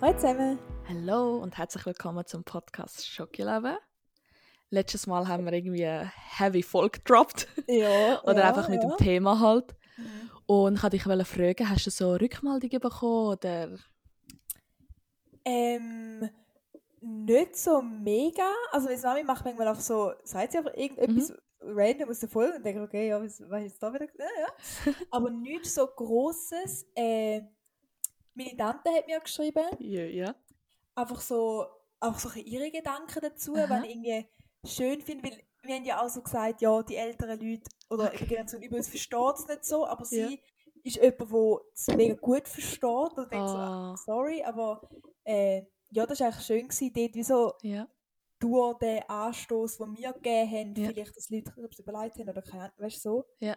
Hallo zusammen. Hallo und herzlich willkommen zum Podcast Schokolade. Letztes Mal haben wir irgendwie eine heavy Folge gedroppt. Ja. Oder ja, einfach mit ja. dem Thema halt. Und ich wollte dich fragen, hast du so Rückmeldungen bekommen? Oder? Ähm, nicht so mega. Also meine Mami macht manchmal auch so, sagt sie aber irgendetwas Mhm. random aus der Folge und denke, okay, ja, was, was ist da wieder? Ja, ja. aber nichts so Grosses. Äh, meine Tante hat mir geschrieben, Ja, ja. einfach so, auch so ein bisschen ihre Gedanken dazu, Aha. wenn ich irgendwie schön finde, weil wir haben ja auch so gesagt, ja, die älteren Leute oder Okay. die Generation über uns versteht es nicht so, aber Ja. sie ist jemand, der es mega gut versteht und denkt so, Ah, sorry, aber äh, ja, das war eigentlich schön, gewesen, dort wie so ja. durch den Anstoß, den wir gegeben haben, Ja. vielleicht, dass Leute sich überlegt haben oder keine Ahnung, weißt du so. Ja.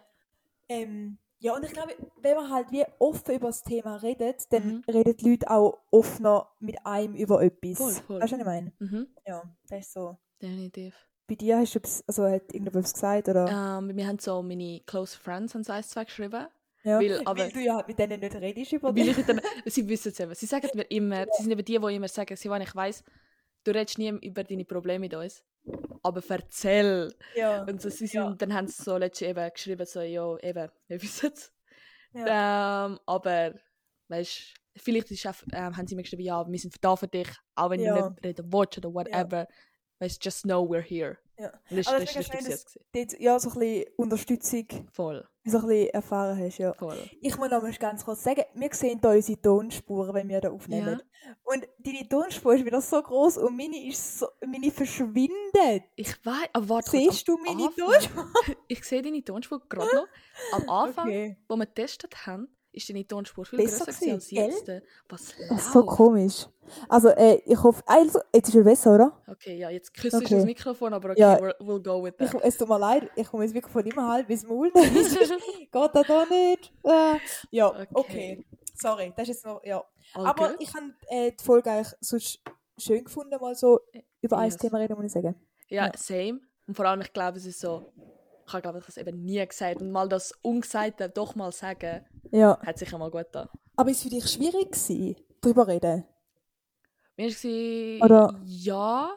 Ähm, ja, und ich glaube, wenn man halt wie offen über das Thema redet, dann Mhm. reden die Leute auch offener mit einem über etwas. Voll, voll. Weißt du, was ich meine? Mhm. Ja, das ist so. Definitiv. Bei dir hast du etwas, also hat irgendetwas gesagt, oder? Ähm, wir haben so meine close friends haben so ein, zwei geschrieben. Ja. weil- aber- du ja halt mit denen nicht redest über Weil dich. ich dann, sie wissen es eben. Sie sagen mir immer, sie sind eben die, die immer sagen, Sivan, ich weiss, du redest nie über deine Probleme mit uns. Aber erzähl! Ja. Und so, sie sind, Ja. dann haben sie so letztens eben geschrieben, so, ja, eben, wir wissen es. ja. Ähm, aber, weißt du, vielleicht ist auch, ähm, haben sie mir geschrieben, ja, wir sind da für dich, auch wenn Ja. du nicht reden willst oder whatever. Weißt du, just know we're here. Ja. Und das Aber war das ist mega richtig schön, dass- süß. gewesen. Dort, ja, so ein bisschen Unterstützung, Voll, so ein bisschen erfahren hast, ja. voll. Ich muss noch mal ganz kurz sagen, wir sehen hier unsere Tonspuren, wenn wir da aufnehmen. Und deine Tonspur ist wieder so groß und meine, ist so, meine verschwindet. Ich weiß, aber warte kurz, Siehst du am meine Anfang- Tonspur? Ich sehe deine Tonspur gerade noch. Am Anfang, Okay. wo wir getestet haben, ist deine Tonspur viel Besser größer gewesen als gewesen, jetzt. Was Das ist so läuft? komisch. Also, äh, ich hoffe, also, jetzt ist es besser, oder? Okay, ja, jetzt küsst du Okay. das Mikrofon, aber okay, Ja. we'll, we'll go with Ich, that. es tut mir leid, ich komme jetzt wirklich von immer halb bis Maul. Geht da doch nicht. Äh, ja, okay. Okay. Sorry, das ist jetzt noch, ja. All Aber good? ich habe äh, die Folge eigentlich sonst schön gefunden, mal so über ein Äh, Yes. Thema reden, muss ich sagen. Ja, Ja. same. Und vor allem, ich glaube, es ist so, ich habe, glaube ich, das eben nie gesagt. Und mal das Ungesagte doch mal sagen, Ja. hat sich einmal gut getan. Aber ist es für dich schwierig gewesen, darüber reden? Mir war Oder- ja,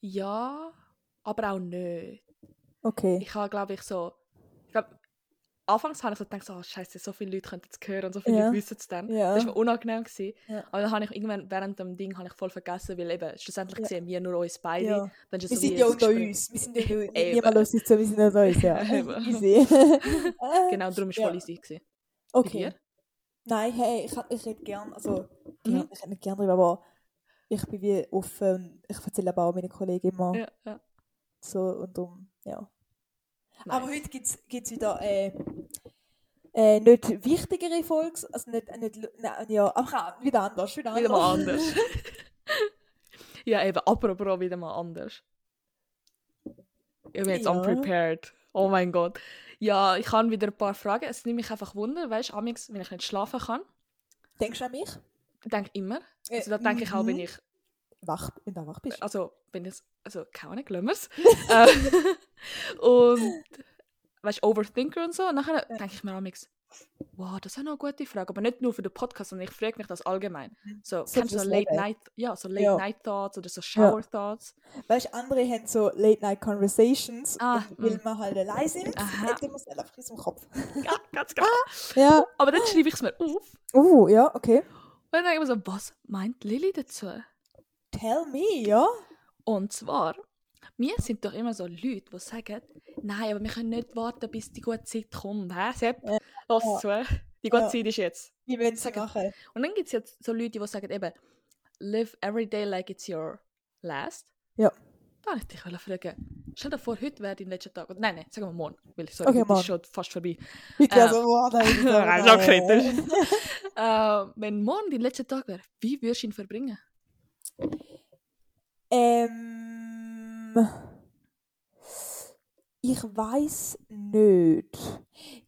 ja, aber auch nicht. Okay. Ich habe, glaube ich, so, ich glaube, anfangs habe ich so gedacht, so, oh, scheiße, so viele Leute könnten es hören und so viele Ja. Leute wissen es dann. Ja. Das war mir unangenehm. Gewesen. Ja. Aber dann habe ich irgendwann während dem Ding habe ich voll vergessen, weil eben schlussendlich Ja. sehen wir nur uns beide. Ja. Dann ist Wir es so sind wie ja ein unter Gespräch. uns. Wir sind ja unter uns. Eben. Niemand lässt uns zu, wir sind unter uns, ja. Eben. Easy. Genau, darum war es Ja. voll easy. Gewesen. Bei Äh, okay. dir? Nein, hey, ich, ich rede gern, also Mhm. gern, ich rede nicht gern drüber, aber ich bin wie offen und ich erzähle aber auch meinen Kollegen immer Ja, ja. so und um, ja. Aber Nice. heute gibt es wieder äh, äh, nicht wichtigere Folgen, also nicht, äh, nicht nein, ja, aber auch wieder anders, wieder Wieder anders. mal anders. ja, eben, apropos wieder mal anders. Ich bin jetzt Ja. unprepared. Oh mein Gott. Ja, ich habe wieder ein paar Fragen. Es nimmt mich einfach Wunder, weißt du, amigs, wenn ich nicht schlafen kann, Denkst du an mich? denke ich immer. Dus Äh, Also da denke ich auch, wenn mhm. ich, Wach, wenn du wach bist. also, wenn ich, also, keine Ahnung, lassen wir's. Äh, und, weißt du, Overthinker und so. Und nachher denke ich mir amigs, wow, das ist eine gute Frage. Aber nicht nur für den Podcast, sondern ich frage mich das allgemein. So, So kennst du fürs so Late Leben. Night, ja, so Late Ja. Night Thoughts oder so Shower Thoughts? Weißt du, andere haben so Late-Night-Conversations, Ah, und weil mm. man halt allein sind. Aha. Dann muss man einfach in seinem Kopf. Ja, ganz genau. Ja, Aber dann schreibe ich es mir auf. Und uh, ja, okay. dann denke ich mir so, was meint Lilly dazu? Tell me, ja? Und zwar, wir sind doch immer so Leute, die sagen, nein, aber wir können nicht warten, bis die gute Zeit kommt. Hä, Sepp? Ja. Lass zu. Die gute Ja. Zeit ist jetzt. Äh, Wie wollen sie Sag- machen? Und dann gibt es jetzt so Leute, die sagen eben, live every day like it's your last. Ja. Da wollte ich dich fragen, stell dir vor, heute wäre dein letzter Tag. Oder- Nein, nein, sagen wir morgen. Weil, sorry, Okay, heute morgen. ist schon fast vorbei. Heute wäre Ähm. so, wow, da ist Nein, ist auch kritisch. äh, wenn morgen dein letzter Tag wäre, wie würdest du ihn verbringen? Ähm. Ich weiß nicht.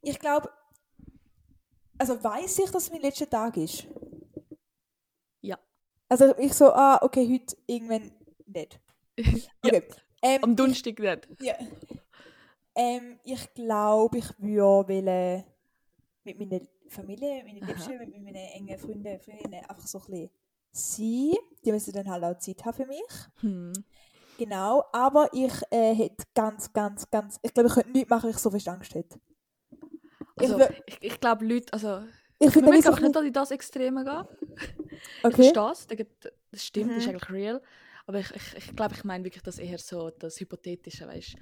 Ich glaube, also weiß ich, dass es mein letzter Tag ist. Ja. Also ich so, ah, okay, heute irgendwann nicht. Okay. Ähm, Am Donnerstag nicht. ja. Ähm, ich glaube, ich würde wollen mit meiner Familie, mit meinen Aha. Liebsten, mit meinen engen Freunden, Freundinnen einfach so ein bisschen sein. Die müssen dann halt auch Zeit haben für mich. Hmm. Hm. Genau, aber ich äh, hätte ganz, ganz, ganz. Ich glaube, ich könnte nichts machen, weil ich so viel Angst hätte. Ich Also, wür- ich, ich glaube, Leute, also, Ich wir finde das müssen so auch nicht an das Extreme gehen. Ich okay. verstehe es, da gibt- das stimmt, das ist Mhm. eigentlich real. Aber ich, ich, ich glaube, ich meine wirklich das eher so, das Hypothetische, weißt du?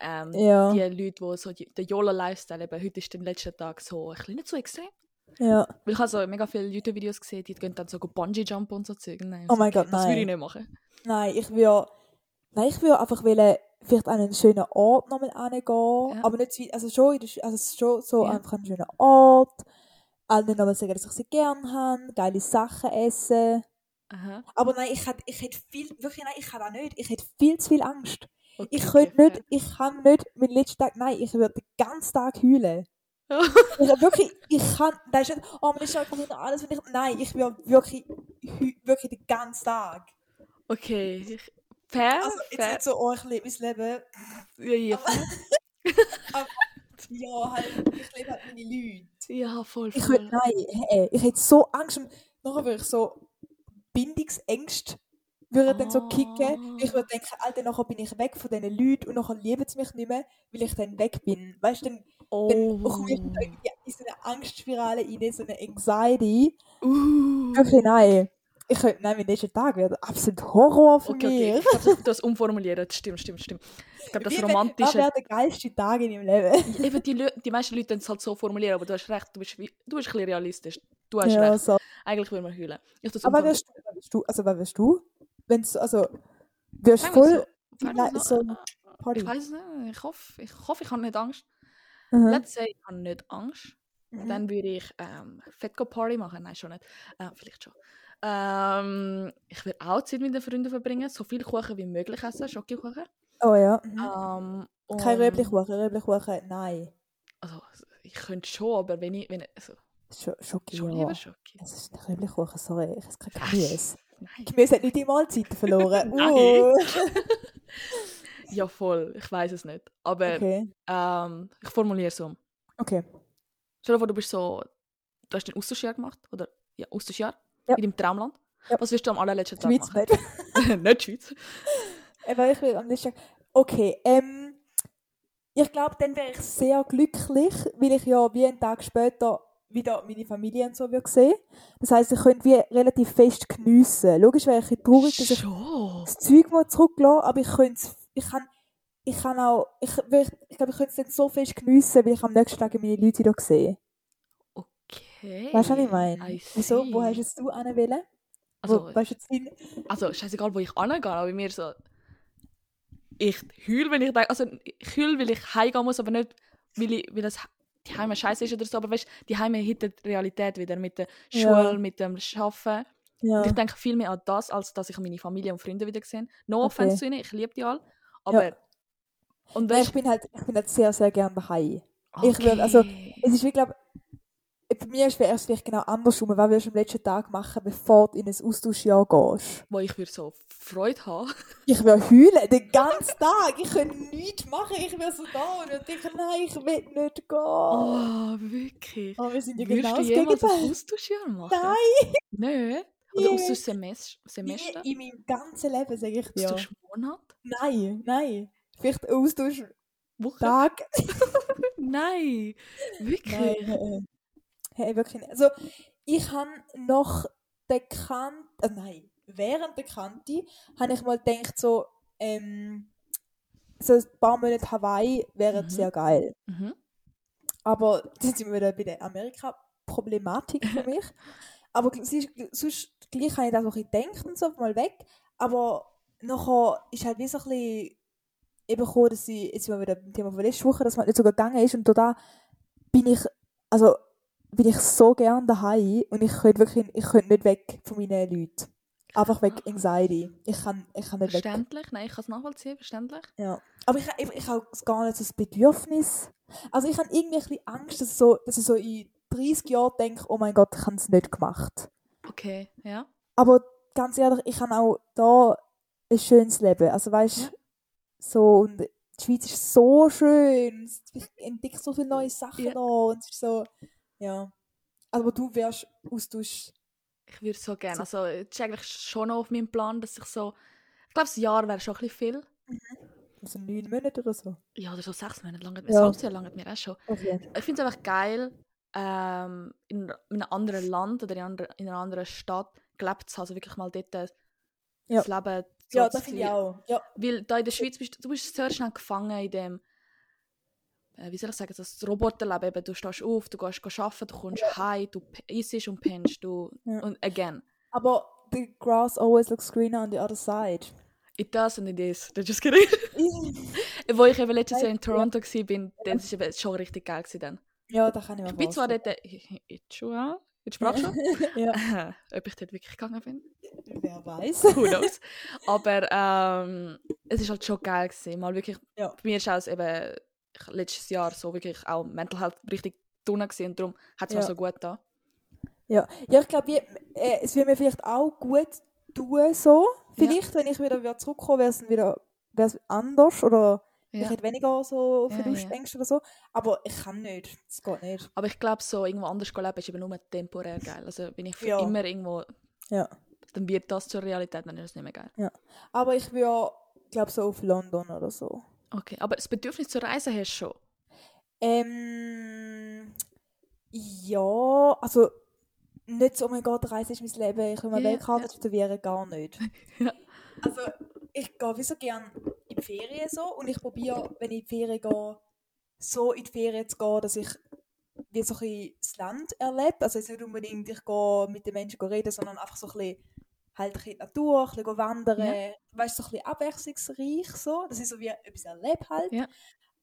Ähm, Ja. Die Leute, die so die- den YOLO-Lifestyle eben, heute ist der letzte Tag so ein bisschen nicht so extrem. Ja. Weil ich habe so mega viele YouTube-Videos gesehen, die gehen dann so Bungee-Jump und so Zeug. Nein, Oh mein Gott, das würde nein. ich nicht machen. Nein, ich würde. Nein, ich würde einfach wollen, vielleicht an einen schönen Ort nochmal angehen. Ja. Aber nicht zu weit. Also schon, in der, Sch- also schon so Ja. einfach an einen schönen Ort. Allen nochmal sagen, dass ich sie gerne habe. Geile Sachen essen. Aha. Aber nein, ich hätte ich hätte viel. Wirklich, nein, ich hätte auch nicht. Ich hätte viel zu viel Angst. Okay, Ich okay, könnte nicht. fair. Ich kann nicht meinen letzten Tag. Nein, ich würde den ganzen Tag heulen. Ich, wirklich, ich kann. Da ist nicht, oh, man ist einfach nicht alles. wenn ich, nein, ich würde wirklich, heu- wirklich den ganzen Tag. okay. ich- Fair, Also, jetzt fair. nicht so, oh, ich lebe mein Leben. Ja, ja, Ja, halt, ich lebe halt meine Leute. ja, voll, Ich würde, voll. nein, hey, ich hätte so Angst und nachher würde ich so Bindungsängste würde dann so kicken. Ich würde denken, Alter, nachher bin ich weg von diesen Leuten und nachher lieben sie mich nicht mehr, weil ich dann weg bin. Weißt du, dann, Oh. dann komme Genau, ich da in in so eine Angstspirale rein, in so eine Anxiety. Uh. Wirklich, nein. Ich könnte, nein, mein nächster Tag wäre absolut Horror für Okay, mich. okay. Ich glaube, das umformulieren. Das stimmt, stimmt, stimmt. Ich glaube, das Wie wenn- Was Romantische. wäre der geilste Tag in meinem Leben? Eben die, Leu- die meisten Leute tun es halt so formulieren, aber du hast recht, du bist, wie- du bist ein bisschen realistisch. Du hast Ja, recht. so. Eigentlich würde man heulen. Ich tu's Aber umformulieren. wirst du, wirst du, also was wirst du? Wenn du, also, wirst Sagen wir voll so. Sagen na- wir so äh, Party. Ich weiß nicht, ich hoffe, ich, hoffe, ich habe nicht Angst. Mhm. Let's say, ich habe nicht Angst. Mhm. Dann würde ich ähm, fett go Party machen. Nein, schon nicht. Äh, vielleicht schon. Ähm, ich würde auch Zeit mit den Freunden verbringen. So viel Kuchen wie möglich essen, Schokokuchen. Oh ja. Mhm. Ähm, Kein und- Röblichwoche, Röblichwoche, nein. Also, ich könnte schon, aber wenn ich. Wenn ich also, Sch- Schoki, schon ja. lieber Schoki. Es ist nicht Röblichwoche, sorry, ich esse kein Was? Gemüse. Nein. Gemüse hat halt nicht die Mahlzeiten verloren. Nein. Uh. Ja, voll. Ich weiß es nicht. Aber Okay, ähm, ich formuliere es um. okay. Stell dir vor, du bist so. Du hast ein Austauschjahr gemacht. Oder? Ja, Austauschjahr. Ja. In deinem Traumland. Ja. Was wirst du am allerletzten Tag machen? Schweizbett. nicht Schweiz. Aber ich will am nächsten Tag. Okay, ähm, ich glaube, dann wäre ich sehr glücklich, weil ich ja wie einen Tag später wieder meine Familie und so würde sehen. Das heisst, ich könnte wie relativ fest geniessen. Logisch wäre ich ein bisschen traurig, dass ich Schon. das Zeug mal zurücklassen, aber ich könnte es, ich kann, ich kann auch, ich, ich, ich glaube, ich könnte es dann so fest geniessen, weil ich am nächsten Tag meine Leute wieder sehe. Okay. Weißt du, was ich meine? I see. Wieso, wo hast jetzt du anwählen? Also, wo, weißt du jetzt hin? also scheißegal, wo ich angehe, aber bei mir so. Ich heul, wenn ich denke. Also, ich heul, weil ich heimgehen muss, aber nicht, weil, ich, weil das die Heime scheiße ist oder so. Aber weißt du, die Heime hittet die Realität wieder mit der Ja. Schule, mit dem Arbeiten. Ja. Und ich denke viel mehr an das, als dass ich meine Familie und Freunde wieder sehe. No Okay. offense zu ihnen, ich liebe die alle. Aber. Und Nein, ich weißt, bin halt, ich bin halt sehr, sehr gerne daheim. ich würd- also- Okay. Es ist, wie, glaub, bei mir wäre es vielleicht genau andersrum. Was würdest du am letzten Tag machen, bevor du in ein Austauschjahr gehst? Wo ich würde so Freude haben. Ich würde heulen, den ganzen Tag. Ich könnte nichts machen. Ich wäre so da und würde denken, nein, ich will nicht gehen. Aber Oh, wirklich. wir sind ja Würdest genau du das jemals Gegenteil. ein Austauschjahr machen? Nein. Nö. Oder Nie. aus dem Semester? Nie Semester? in meinem ganzen Leben, sage ich dir. Austausch Monat? Nein, nein. Vielleicht ein Austausch-Tag. Woche? Nein. Wirklich? Nein, äh, äh. hey, wirklich nicht. Also, ich habe noch den Kant, äh, nein, während der Kante habe ich mal gedacht, so, ähm, so ein paar Monate Hawaii wären Mhm. sehr geil. Mhm. Aber dann sind wir wieder bei der Amerika-Problematik für mich. Aber gl- sie ist- gl- sonst gleich habe ich das noch ein bisschen gedacht und so, mal weg. Aber nachher ist halt wie so ein bisschen eben gekommen, dass sie, jetzt sind wir wieder beim Thema von letzter Woche, dass man nicht so gut gegangen ist und da bin ich, also bin ich so gern daheim und ich könnte wirklich, ich könnte nicht weg von meinen Leuten. Einfach weg Anxiety. Ich kann, ich kann nicht weg. Verständlich? Nein, ich kann es nachvollziehen. Verständlich? Ja. Aber ich, ich, ich habe gar nicht so das Bedürfnis. Also ich habe irgendwie ein bisschen Angst, dass, so, dass ich so in 30 Jahren denke, oh mein Gott, ich habe es nicht gemacht. Okay, ja. Aber ganz ehrlich, ich habe auch da ein schönes Leben. Also weißt du, Ja. so und die Schweiz ist so schön. Ich entdecke so viele neue Sachen Ja. da und es ist so, ja. Also, Aber du wärst Austausch Ich würde so gerne. Also, es ist eigentlich schon noch auf meinem Plan, dass ich so. Ich glaube, ein Jahr wäre schon ein bisschen viel. Also neun Monate oder so. Ja, oder so sechs Monate lang. Ein Ja. halbes Jahr lang mir auch schon. Okay. Ich finde es einfach geil, ähm, in, in einem anderen Land oder in, ander- in einer anderen Stadt gelebt zu haben. Also wirklich mal dort äh, Ja. das Leben so Ja, zu das finde ich flie- auch. Ja. Weil da in der Schweiz bist du bist sehr schnell gefangen in dem, äh, wie soll ich sagen, das Roboterleben. Eben, du stehst auf, du gehst gehst arbeiten, du kommst heim, du p- isst und pennst. Du, Ja. Und again, Aber the grass always looks greener on the other side. it does and it is. Das ist kidding. Wo ich eben letztes Jahr in Toronto war, bin, dann war es eben schon richtig geil. Gewesen dann. ja, da kann ich mir Ich bin zwar vorstellen. dort in in Chua, in Sprachschule, Äh, ja. ob ich dort wirklich gegangen bin. Wer weiß. Who knows? Aber ähm, es ist halt schon geil gewesen. Mal wirklich, Ja. bei mir ist auch eben ich- letztes Jahr so wirklich auch Mental Health richtig drin gewesen und darum hat es mir Ja. so gut da. Ja, ja ich glaube, äh, es würde mir vielleicht auch gut tun, so. Vielleicht, wenn ich wieder, wieder zurückkomme, wäre es wieder wär's anders oder ich hätte weniger so Ja, Verlustängste oder so. Aber ich kann nicht. Es geht nicht. Aber ich glaube, so irgendwo anders zu leben ist eben nur temporär geil. Also wenn ich für Ja. immer irgendwo, Ja. dann wird das zur Realität, dann ist es nicht mehr geil. Aber ich würde, glaube so auf London oder so. Okay, aber das Bedürfnis zu reisen hast du schon. Ähm, ja, also nicht so, oh mein Gott, Reise ist mein Leben, ich will mal Ja, ja, Weltkarte tätowieren, gar nicht. Ja. Also ich gehe wie so gerne in die Ferien so und ich probiere, wenn ich in die Ferien gehe, so in die Ferien zu gehen, dass ich wie so ein bisschen das Land erlebe. Also jetzt nicht unbedingt, ich gehe mit den Menschen reden, sondern einfach so ein bisschen halt ein bisschen die Natur, ein bisschen wandern, Ja. weißt du, so ein bisschen abwechslungsreich so, dass ich so wie etwas erlebe halt. Ja.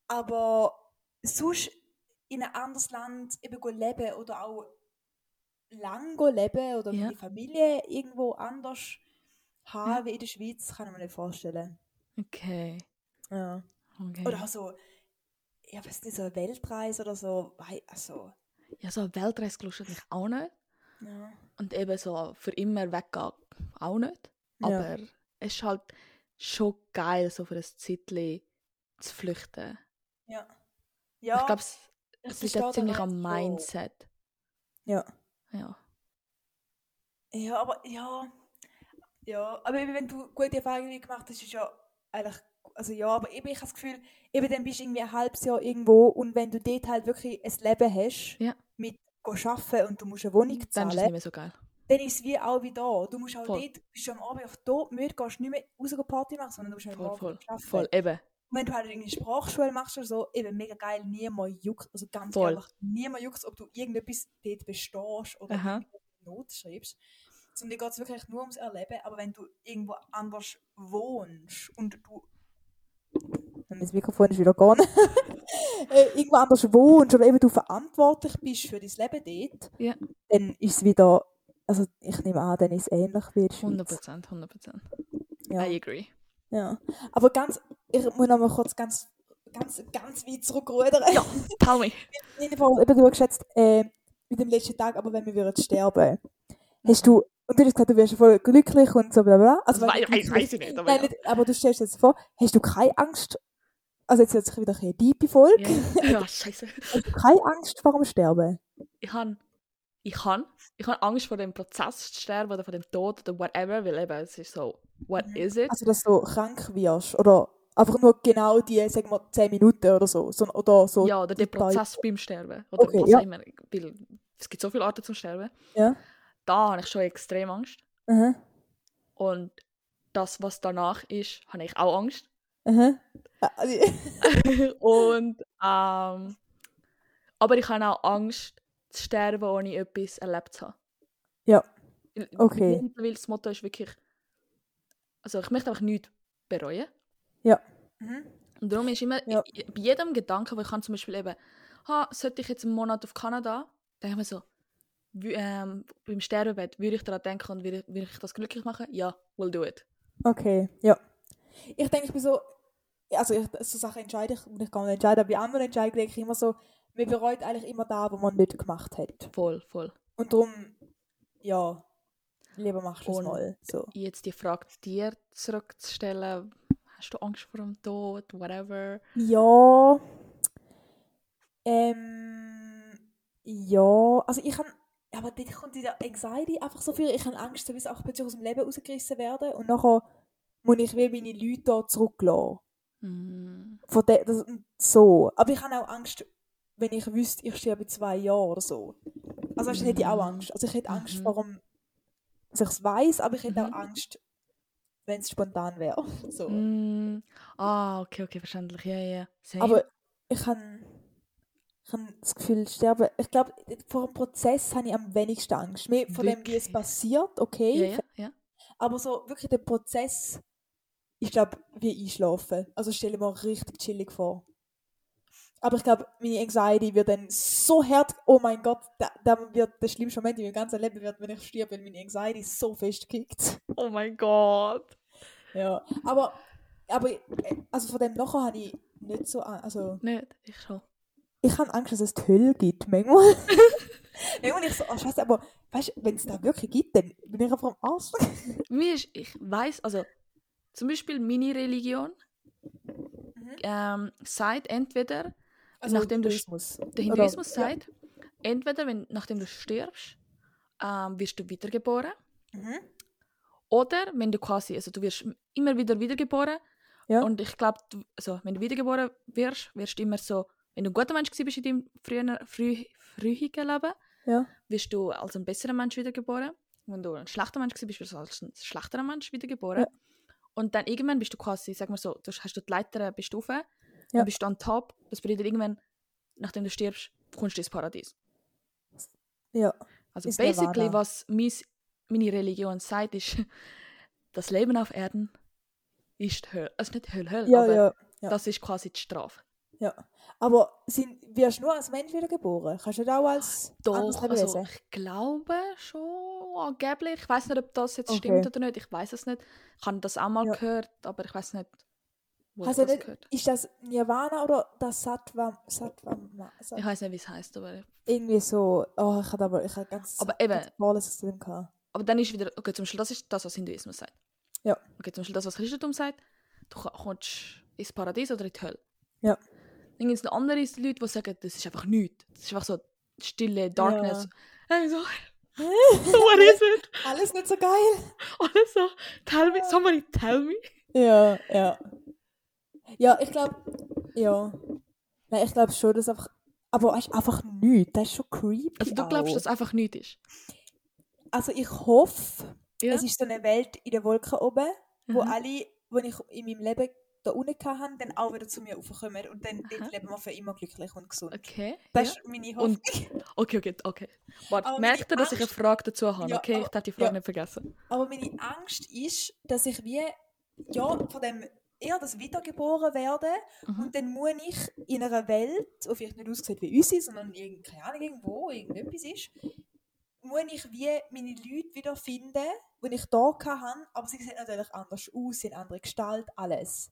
Aber sonst in ein anderes Land eben go leben oder auch lang go leben oder Ja. meine Familie irgendwo anders haben wie in der Schweiz, kann ich mir nicht vorstellen. Okay. Ja. okay. Oder halt auch so, ja, weiß nicht, so eine Weltreise oder so, wei- also, ja, so eine Weltreise gelustet mich auch nicht. ja. Und eben so für immer weggehen auch nicht. Ja. Aber es ist halt schon geil, so für ein Zeitchen zu flüchten. Ja. Ja, Ich glaube, es, ich es liegt verstehe ja den ziemlich am Reiz schon. Mindset. Ja. Ja. Ja, aber ja. Ja, aber eben, wenn du gute Erfahrungen gemacht hast, ist ja eigentlich. Also ja, aber eben, ich habe das Gefühl, eben dann bist du irgendwie ein halbes Jahr irgendwo und wenn du dort halt wirklich ein Leben hast, Ja. mit go arbeiten und du musst eine Wohnung Dann ist es zahlen, nicht mehr so geil. dann ist es wie auch wie da. Du musst auch Voll. dort, bist du am Abend auf tot, müde, gehst nicht mehr raus go Party machen, sondern du musst halt Voll, morgen voll. arbeiten. Voll, eben. Und wenn du halt irgendwie Sprachschule machst oder so, eben mega geil, niemand juckt, also ganz Voll. ehrlich, niemand juckt, ob du irgendetwas dort bestehst oder Aha. Not schreibst. Sondern dir geht es wirklich nur ums Erleben, aber wenn du irgendwo anders wohnst und du. Mein Mikrofon ist wieder gone. Äh, irgendwo anders wohnst oder eben du verantwortlich bist für dein Leben dort, Ja. dann ist es wieder. Also ich nehme an, dann ist es ähnlich wie in der Schweiz. 100%, 100%. Ja. I agree. Ja. Aber ganz. Ich muss noch mal kurz ganz, ganz, ganz weit zurückrudern. Ja, tell me. Jedenfalls, eben du hast geschätzt, äh, mit dem letzten Tag, aber wenn wir würden sterben, hast du, und du hast gesagt, du wärst voll glücklich und so bla bla. bla. Also, Das wenn wei- du weiß, glücklich- weiß ich nicht. Aber Nein, nicht, aber du stellst dir jetzt vor, hast du keine Angst, also jetzt wird sich wieder eine tiefe Folge, ja. Ja. ja, scheiße. hast du keine Angst vor dem Sterben? Ich habe ich han, ich han Angst vor dem Prozess zu sterben oder vor dem Tod oder whatever, weil eben es ist so, what Mhm. is it? Also, dass du krank wirst oder einfach nur genau die, sagen wir, 10 Minuten oder so, so oder so. ja, oder der die Teil- Prozess beim Sterben. Oder Okay, was ja. auch immer. Weil es gibt so viele Arten zum Sterben. Ja. Da habe ich schon extrem Angst. Aha, Und das, was danach ist, habe ich auch Angst. aha. Ah, Also, Und ähm, aber ich habe auch Angst zu sterben, ohne etwas erlebt zu haben. Ja. Weil- Okay. Weil das Motto ist wirklich. Also ich möchte einfach nichts bereuen. mhm. Und darum ist immer, Ja. i- i- bei jedem Gedanken, wo ich kann zum Beispiel eben, ha, sollte ich jetzt einen Monat auf Kanada, denke ich mir so, wie, ähm, beim Sterbebett, würde ich daran denken und würde, würde ich das glücklich machen? Ja, we'll do it. Okay, ja. Ich denke, ich bin so. Also, ich, so Sachen entscheide ich und ich kann nicht entscheiden. Aber bei anderen Entscheidungen denke ich immer so, man bereut eigentlich immer da, was man nicht gemacht hat. Voll, voll. Und darum, ja, lieber machst du es Und- mal. So. Jetzt die Frage dir zurückzustellen, hast du Angst vor dem Tod, whatever? Ja. Ähm. Ja. Also, ich habe Ja, aber dort kommt die Anxiety einfach so viel. Ich habe Angst, dass ich auch plötzlich aus dem Leben rausgerissen werde und nachher muss ich wie meine Leute da zurücklassen. Mm. Von de, das, so. Aber ich habe auch Angst, wenn ich wüsste, ich sterbe in zwei Jahren oder so. Also weißt, du, hätte ich auch Angst. Also ich hätte Angst Mhm. vor dem, dass ich es weiss, aber ich hätte Mhm. auch Angst, wenn es spontan wäre. So. Mm. Ah, okay, okay, verständlich. Ja, ja. Same. Aber ich habe ich hab das Gefühl, sterben. Ich glaube, vor dem Prozess habe ich am wenigsten Angst. Mehr von dem, wie es Wirklich? passiert, okay. ja, ja, ja. Aber so wirklich der Prozess, ich glaube, wie einschlafen. Also stelle mir richtig chillig vor. Aber ich glaube, meine Anxiety wird dann so hart, oh mein Gott, da, da wird der schlimmste Moment in meinem ganzen Leben wird, wenn ich stirb, weil meine Anxiety so fest kickt. Oh mein Gott. Ja. Aber, aber äh, also von dem nachher habe ich nicht so Angst. Also, Nicht, ich schon. ich habe Angst, dass es die Hölle gibt, manchmal. manchmal ich so, oh scheiße, aber weißt du, wenn es da wirklich gibt, dann bin ich einfach am Arsch. Mir ist, ich weiß, also zum Beispiel meine Religion Mhm. ähm, sagt entweder, nachdem du- Hinduismus. der Oder- Hinduismus ja. sagt, entweder wenn, nachdem du stirbst, ähm, wirst du wiedergeboren Mhm. oder wenn du quasi, also du wirst immer wieder wiedergeboren Ja. und ich glaube, also, wenn du wiedergeboren wirst, wirst du immer so, wenn du ein guter Mensch gewesen bist in deinem frühen, früh, frühigen Leben, Ja. wirst du als ein besserer Mensch wiedergeboren. Wenn du ein schlechter Mensch gewesen bist, wirst du als ein schlechterer Mensch wiedergeboren. Und dann irgendwann bist du quasi, sag mal so, du hast du die Leiter äh, bist du hoch, Ja. dann bist du on top. Das bedeutet irgendwann, nachdem du stirbst, kommst du ins Paradies. Ja. Also Ins basically, Nirvana. was mis, meine Religion sagt, ist, das Leben auf Erden ist die Hölle. Also nicht Hölle, Hölle, Ja, aber ja, ja. das ist quasi die Strafe. ja. Aber sind, wirst du nur als Mensch wiedergeboren? Kannst du nicht auch als anderes Doch, Lebewesen? also ich glaube schon angeblich. Ich weiß nicht, ob das jetzt Okay. stimmt oder nicht. Ich weiß es nicht. Ich habe das auch mal Ja. gehört, aber ich weiß nicht, wo Also ich das nicht- gehört Ist das Nirvana oder das Sattva? Sattva Sat Ich weiß nicht, wie es heißt, aber, irgendwie so. Oh, ich hatte aber ich hatte ganz. aber eben. ganz alles aus dem gehabt. Aber dann ist wieder, okay, zum Beispiel, das ist das, was Hinduismus sagt. Ja. Okay, zum Beispiel das, was Christentum sagt, du ko- kommst ins Paradies oder in die Hölle. Ja. Dann gibt es noch andere Leute, die sagen, das ist einfach nichts. Das ist einfach so stille Darkness. Ja. so, what is it? Alles nicht so geil. Alles so, tell me, somebody tell me. Ja, ja. Ja, ich glaube. Ja. Nein, ich glaube schon, dass einfach. Aber weißt, du, einfach nichts. Das ist schon creepy. Also du glaubst, auch. dass es einfach nichts ist. Also ich hoffe, Ja. es ist so eine Welt in der Wolke oben, wo Mhm. alle, die ich in meinem Leben da unten hatte, dann auch wieder zu mir raufkommen und dann Aha. dort leben wir für immer glücklich und gesund. Okay. Das Ja. ist meine Hoffnung. Und, okay, okay, okay. Warte, Aber merkt meine ihr, dass ich eine Ähm, Angst- Frage dazu habe? Ja, okay, ich aber- darf die Frage ja. nicht vergessen. Aber meine Angst ist, dass ich wie, ja, von dem eher das wiedergeboren werde Mhm. und dann muss ich in einer Welt, die vielleicht nicht aussieht wie unsere, sondern irgend, keine Ahnung, irgendwo, irgendetwas ist, muss ich wie meine Leute wiederfinden, die ich da hatte, aber sie sehen natürlich anders aus, sie haben andere Gestalt, alles.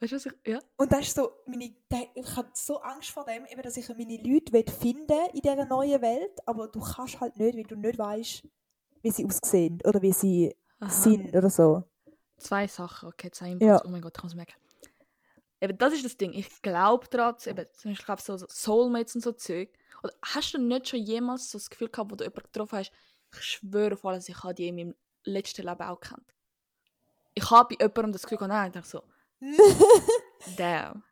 Weißt du, was ich. Ja? Und das ist so, meine, da- ich habe so Angst vor dem, eben, dass ich meine Leute will finden in dieser neuen Welt, aber du kannst halt nicht, weil du nicht weißt, wie sie aussehen oder wie sie Aha. sind oder so. Zwei Sachen, okay, zwei Ja. Inputs. Oh mein Gott, ich kann es merken. Eben, das ist das Ding. Ich glaube daran, dass eben, zum Beispiel glaub, so so Soulmates und so Zeug. Oder hast du nicht schon jemals so das Gefühl gehabt, wo du jemanden getroffen hast, ich schwöre auf alles, ich habe die in meinem letzten Leben auch gekannt. Ich habe bei jemandem das Gefühl gehabt, nein, ich dachte so, damn.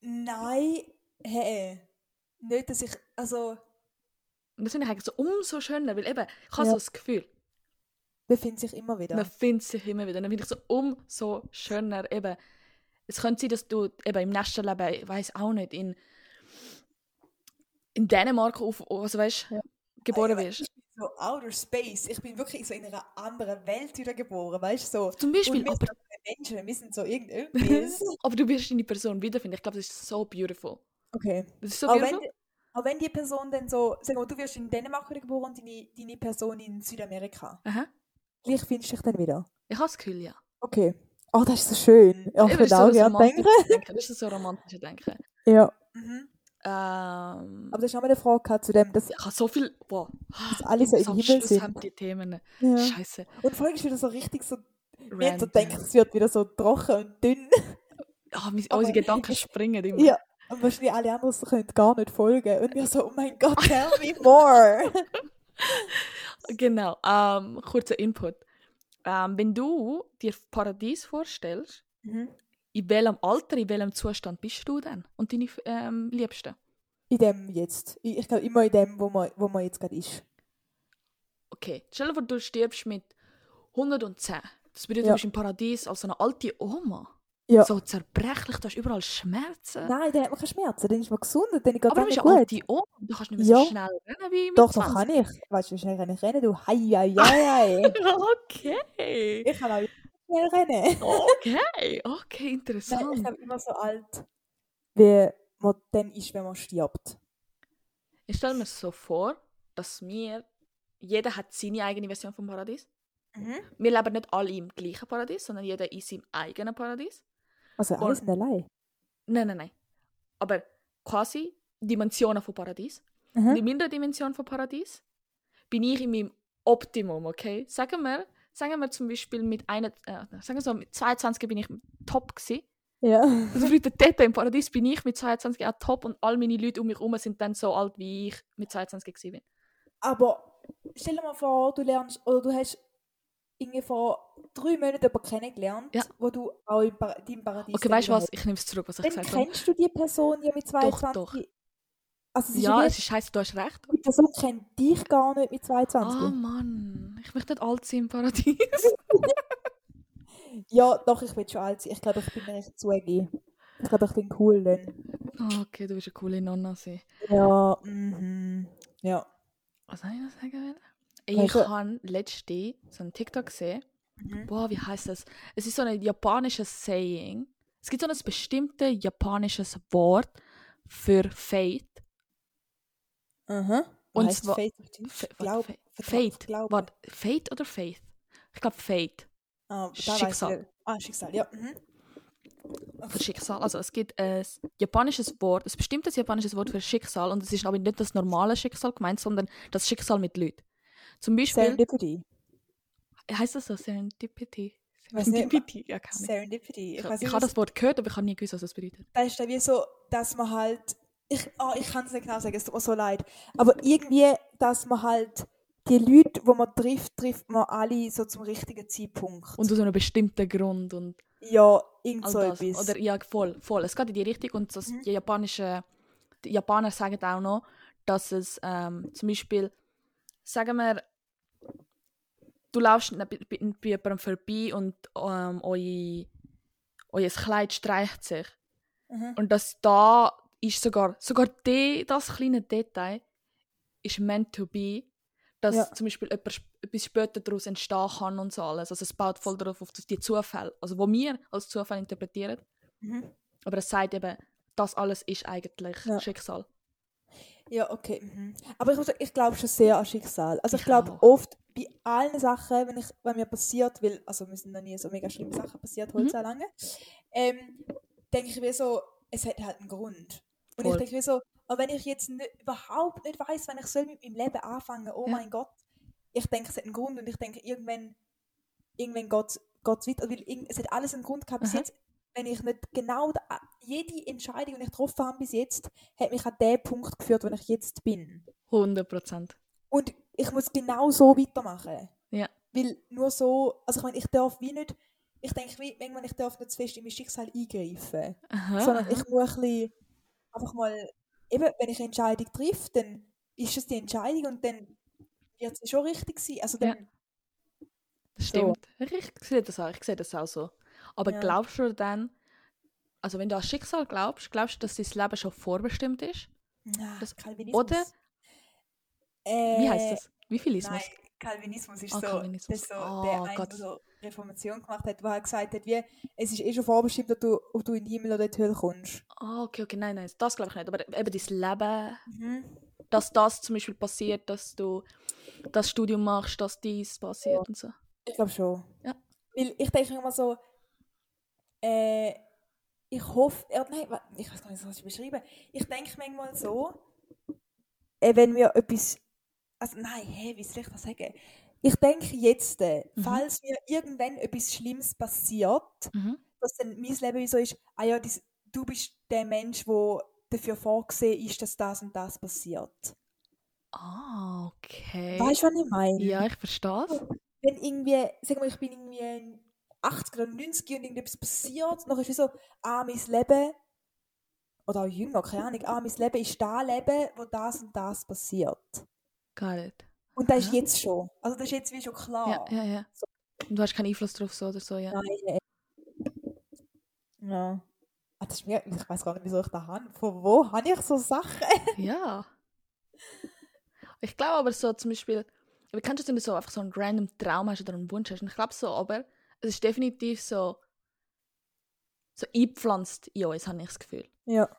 Nein, hä? Nicht, dass ich, also, Und das finde ich eigentlich so umso schöner, weil eben, ich habe Ja. so das Gefühl, man findet sich immer wieder. man findet sich immer wieder. Dann finde ich so umso schöner. Eben, es könnte sein, dass du eben im nächsten Leben, ich weiß auch nicht, in, in Dänemark auf, also weißt, Ja. geboren Aber wirst. Also, Ich bin so outer space. Ich bin wirklich so in einer anderen Welt wieder geboren, weißt du? So. Zum Und Beispiel, wir aber, sind Menschen, wir sind so irgendetwas. aber du wirst deine Person wiederfinden. Ich glaube, das ist so beautiful. okay. Das ist so Auch wenn, beautiful. auch wenn die Person dann so, sagen wir, du wirst in Dänemark wieder geboren und deine, deine Person in Südamerika. Aha. Gleich findest du dich dann wieder. Ich habe das Gefühl, ja. Okay. Oh, das ist so schön. genau, Ja, ich Eben, das würde ist auch so gerne das denken. romantische Denken. Das ist so romantische Denken. Ja. Mhm. Ähm, Aber das ist auch mal eine Frage gehabt zu dem, dass, ich habe so viel. Wow. dass alle so im am Himmel Schluss haben sind. die Themen. Ja. Scheiße. Und vor allem ist wieder so richtig so, wir haben so Random. gedacht, es wird wieder so trocken und dünn. Ah, mis- Aber- unsere Gedanken springen immer. oh Ja. Und wahrscheinlich alle anderen können gar nicht folgen. Und wir so, oh mein Gott, tell me more. genau, ähm, kurzer Input. Ähm, wenn du dir Paradies vorstellst, Mhm. in welchem Alter, in welchem Zustand bist du denn? Und deine ähm, Liebsten? In dem jetzt. Ich, ich glaube immer in dem, wo man, wo man jetzt gerade ist. Okay, stell dir vor, du stirbst mit 110. Das bedeutet, Ja. du bist im Paradies als so eine alte Oma. Ja. So zerbrechlich, du hast überall Schmerzen. Nein, dann hat man keine Schmerzen, dann ist man gesund und dann geht Aber du es bist einem eine gut. alte Oma, du kannst nicht mehr Ja. so schnell rennen wie mit Doch, doch 20. kann ich. Weißt du, wie schnell kann ich rennen? Du, hei, hei, hei, hei. Okay. Ich kann auch schnell rennen. Okay, okay, Nein, ich interessant. glaube immer so alt, wie man dann ist, wenn man stirbt. Ich stelle mir so vor, dass wir, jeder hat seine eigene Version vom Paradies. Mhm. Wir leben nicht alle im gleichen Paradies, sondern jeder in seinem eigenen Paradies. Also alle Voll. sind allein. Nein, nein, nein. Aber quasi Dimensionen von Paradies. Mhm. Und in meiner Dimension von Paradies bin ich in meinem Optimum, okay? Sagen wir, sagen wir zum Beispiel mit einer, äh, sagen wir so, mit 22 bin ich top gewesen. Ja. Also Leute, dort im Paradies bin ich mit 22 auch top und all meine Leute um mich herum sind dann so alt, wie ich mit 22 gewesen bin. Aber stell dir mal vor, du lernst, oder du hast irgendwie vor drei Monaten jemanden kennengelernt, Ja. wo du auch im Par deinem Paradies Okay, weißt du kennengelernt was? Ich nehme es zurück, was ich Dann gesagt habe. kennst du die Person ja mit 22. doch. Also es ist Ja, ja, es die- ist scheiße, du hast recht. die Person kennt dich gar nicht mit Ah 22. Mann, ich möchte nicht alt sein im Paradies. Ja, doch, ich bin schon alt sein. Ich glaube, ich bin recht zugegeben. Ich glaube, ich bin cool dann. Ah, okay, du bist eine coole Nonna. Sein. Ja, mhm. Ja. Was soll ich noch sagen? wollen? Ich Also- Mhm. habe letzte so einen TikTok gesehen. Boah, wie heißt das? Es ist so ein japanisches Saying. Es gibt so ein bestimmtes japanisches Wort für Fate. Aha. Und Heißt zwar- Faith auf Deutsch? F Glaub- Fate. Vertrauen, Fate. Glauben. Warte, Fate oder Faith? Ich glaube Fate. Ah, da weiss ich Schicksal. wieder. Ah, Schicksal, ja. Mhm. Für Schicksal. Also es gibt ein japanisches Wort, ein bestimmtes japanisches Wort für Schicksal und es ist aber nicht das normale Schicksal gemeint, sondern das Schicksal mit Leuten. Zum Beispiel, Serendipity. heißt das so Serendipity? Weiß nicht. Serendipity? Ja, keine Ahnung. Serendipity. Ich, Ich ich, weiß nicht, habe was das Wort gehört, aber ich habe nie gewusst, was das bedeutet. das ist. dann wie so, dass man halt. Ich, ah, ich kann es nicht genau sagen, es tut mir so leid. Aber irgendwie, dass man halt die Leute, die man trifft, trifft man alle so zum richtigen Zeitpunkt. Und aus einem bestimmten Grund und ja, irgend all so das. etwas. Oder ja, voll, voll. Es geht in die Richtung und das Mhm. die japanische, die Japaner sagen auch noch, dass es ähm, zum Beispiel, sagen wir, du laufst ne- bei bei- bei jemandem vorbei und ähm, euer, euer Kleid streicht sich. Mhm. Und das da ist sogar, sogar de, das kleine Detail ist meant to be, dass Ja. zum Beispiel etwas, sp- etwas später daraus entstehen kann und so alles. Also es baut voll darauf auf die Zufälle, also wo wir als Zufall interpretieren. Mhm. Aber es sagt eben, das alles ist eigentlich Ja. Schicksal. Ja, okay. Mhm. Aber ich, muss sagen, ich glaube schon sehr an Schicksal. Also ich, Ich glaube auch. oft bei allen Sachen, wenn, ich, wenn mir passiert, weil, also mir sind noch nie so mega schlimme Sachen passiert, Mhm. Holz mhm. lange, ähm, denke ich wie so, es hat halt einen Grund. Und Voll. ich denke wie so, und wenn ich jetzt nicht, überhaupt nicht weiß, wenn ich soll mit meinem Leben anfangen, oh Ja. mein Gott, ich denke, es hat einen Grund und ich denke, irgendwann, irgendwann geht es weiter. Weil irgend- es hat alles einen Grund gehabt bis Aha. jetzt, wenn ich nicht genau da, jede Entscheidung, die ich getroffen habe bis jetzt, hat mich an den Punkt geführt, wo ich jetzt bin. 100 Prozent. Und ich muss genau so weitermachen. Ja. Weil nur so, also ich meine, ich darf wie nicht, ich denke wie, manchmal, ich darf nicht zu fest in mein Schicksal eingreifen. Ah. Sondern ich muss ein bisschen, einfach mal, eben, wenn ich eine Entscheidung treffe, dann ist es die Entscheidung und dann wird es schon richtig sein. Also Ja. dann, Das So. stimmt. Ich, ich sehe das auch, ich sehe das auch so. Aber Ja. glaubst du dann, also wenn du an Schicksal glaubst, glaubst du, dass dein Leben schon vorbestimmt ist? Ah, Das- Calvinismus. oder- Äh, Wie heißt das? Wie viel ist Nein, es? Calvinismus ist Ah, so, Calvinismus. Das ist so der Ah, eine, Gott. der so Reformation gemacht hat, wo er halt gesagt hat, wie, es ist eh schon vorbestimmt, ob du, ob du in den Himmel oder in die Hölle kommst. Ah, okay, okay, nein, nein, das glaube ich nicht. Aber eben dein Leben, Mhm. dass das zum Beispiel passiert, dass du das Studium machst, dass dies passiert und so. Ich glaube schon. Ja. Weil ich denke immer so, äh, ich hoffe, äh, nein, wa- ich weiß gar nicht, was ich beschreiben Ich denke manchmal so, äh, wenn wir etwas, also nein, hä, wie soll ich das sagen? Ich denke jetzt, äh, Mhm. falls mir irgendwann etwas Schlimmes passiert, Mhm. dass dann mein Leben wie so ist, ah ja, dies, du bist der Mensch, wo dafür vorgesehen ist, dass das und das passiert. Ah, okay. Weißt du, was ich meine? Ja, ich verstehe es. Wenn irgendwie, sagen wir, ich bin irgendwie in 80 oder 90 und irgendetwas passiert, dann ist es so, ah, mein Leben, oder auch jünger, keine Ahnung, ah, mein Leben ist das Leben, wo das und das passiert. Gar nicht. Und das ist Ja. jetzt schon. Also das ist jetzt wie schon klar. Ja, ja, ja. Oh. So. Und du hast keinen Einfluss drauf so oder so, ja. Nein. ey. Ja. Ah, das ist mir, ich weiß gar nicht, wieso ich da habe. Von wo habe ich so Sachen? Ja. Ich glaube aber so zum Beispiel, aber kennst du, wenn du so einfach so einen random Traum hast oder einen Wunsch hast? Und ich glaube so, aber es ist definitiv so, so eingepflanzt in uns, habe ich das Gefühl. Ja. Oder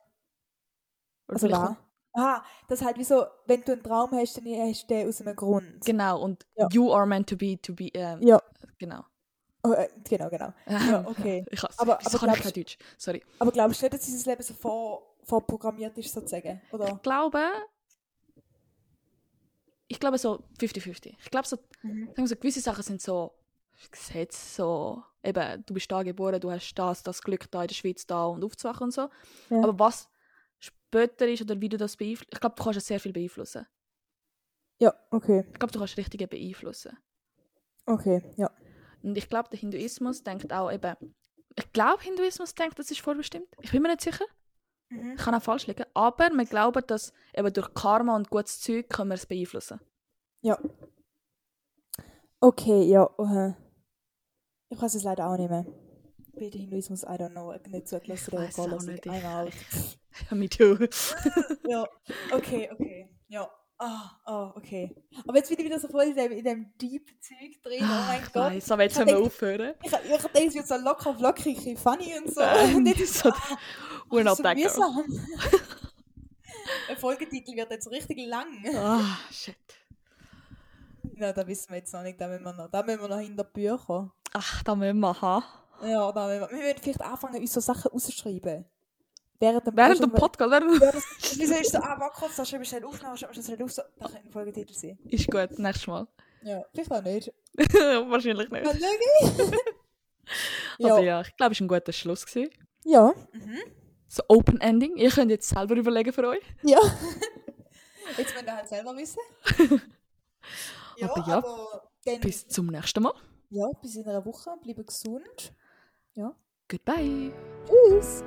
Also vielleicht wahr. Aha, das ist halt wie so, wenn du einen Traum hast, dann hast du den aus einem Grund. Genau, und Ja. you are meant to be, to be, ähm, Ja. genau. Ähm, Oh, äh, genau, genau. Ja, okay. Ich hasse, Aber- aber, wieso aber kann ich glaubst- kein Deutsch? Sorry. Aber glaubst du nicht, dass dieses Leben so vor, vorprogrammiert ist, sozusagen? Oder? Ich glaube, ich glaube so 50-50. Ich glaube so, Mhm. sagen wir so, gewisse Sachen sind so Gesetz, so eben, du bist da geboren, du hast das, das Glück da in der Schweiz da und aufzuwachen und so. Ja. Aber was später ist oder wie du das beeinflusst, ich glaube, du kannst es sehr viel beeinflussen. Ja, okay. Ich glaube, du kannst richtige beeinflussen. Okay, ja. Und ich glaube, der Hinduismus denkt auch eben, ich glaube, Hinduismus denkt, das ist vorbestimmt. Ich bin mir nicht sicher. Ich kann auch falsch liegen. Aber wir glauben, dass eben durch Karma und gutes Zeug können wir es beeinflussen. Okay, ja. aha. Ich weiß es leider auch nicht mehr. Bei den Hinduismus, I don't know, nicht so gelassen weiss es auch nicht, ich- Einmal. Me Oh too. Ja, okay, okay. Ja. Ah, ah, okay. Aber jetzt bin ich wieder so voll in dem, in dem deep Zeug drin. Oh mein Ah, ich Gott. weiss, aber jetzt haben wir aufhören. Ich, ich denke, es wird so locker, flockig, ein bisschen funny und so. Und Ähm, jetzt Also, ist so, we're not so that girl. mühsam. Der Folgetitel wird jetzt richtig lang. Ah, shit. Ja, da wissen wir jetzt noch nicht. Da müssen wir noch, da müssen wir noch hinter die Bücher. Ach, da müssen wir haben. Ja, da müssen wir, wir würden vielleicht anfangen, uns so Sachen rauszuschreiben. Während dem, Während dem Podcast- Podcast, während Ja, das- Wieso ist so, ah, warte kurz, da schreibst du schnell auf, dann schreibst du schnell auf. So, da könnte ein Folgetitel sein. Ist gut, nächstes Mal. Ja, vielleicht auch nicht. Wahrscheinlich nicht. Mal schauen. Aber ja, ich glaube, es war ein guter Schluss. Gewesen. Ja. Mhm. So Open Ending. Ihr könnt jetzt selber überlegen für euch. Ja. Jetzt müsst ihr halt selber wissen. ja, Aber ja, aber dann, bis. Bis zum nächsten Mal. Ja, bis in einer Woche. Bleibt gesund. Goodbye. Tschüss.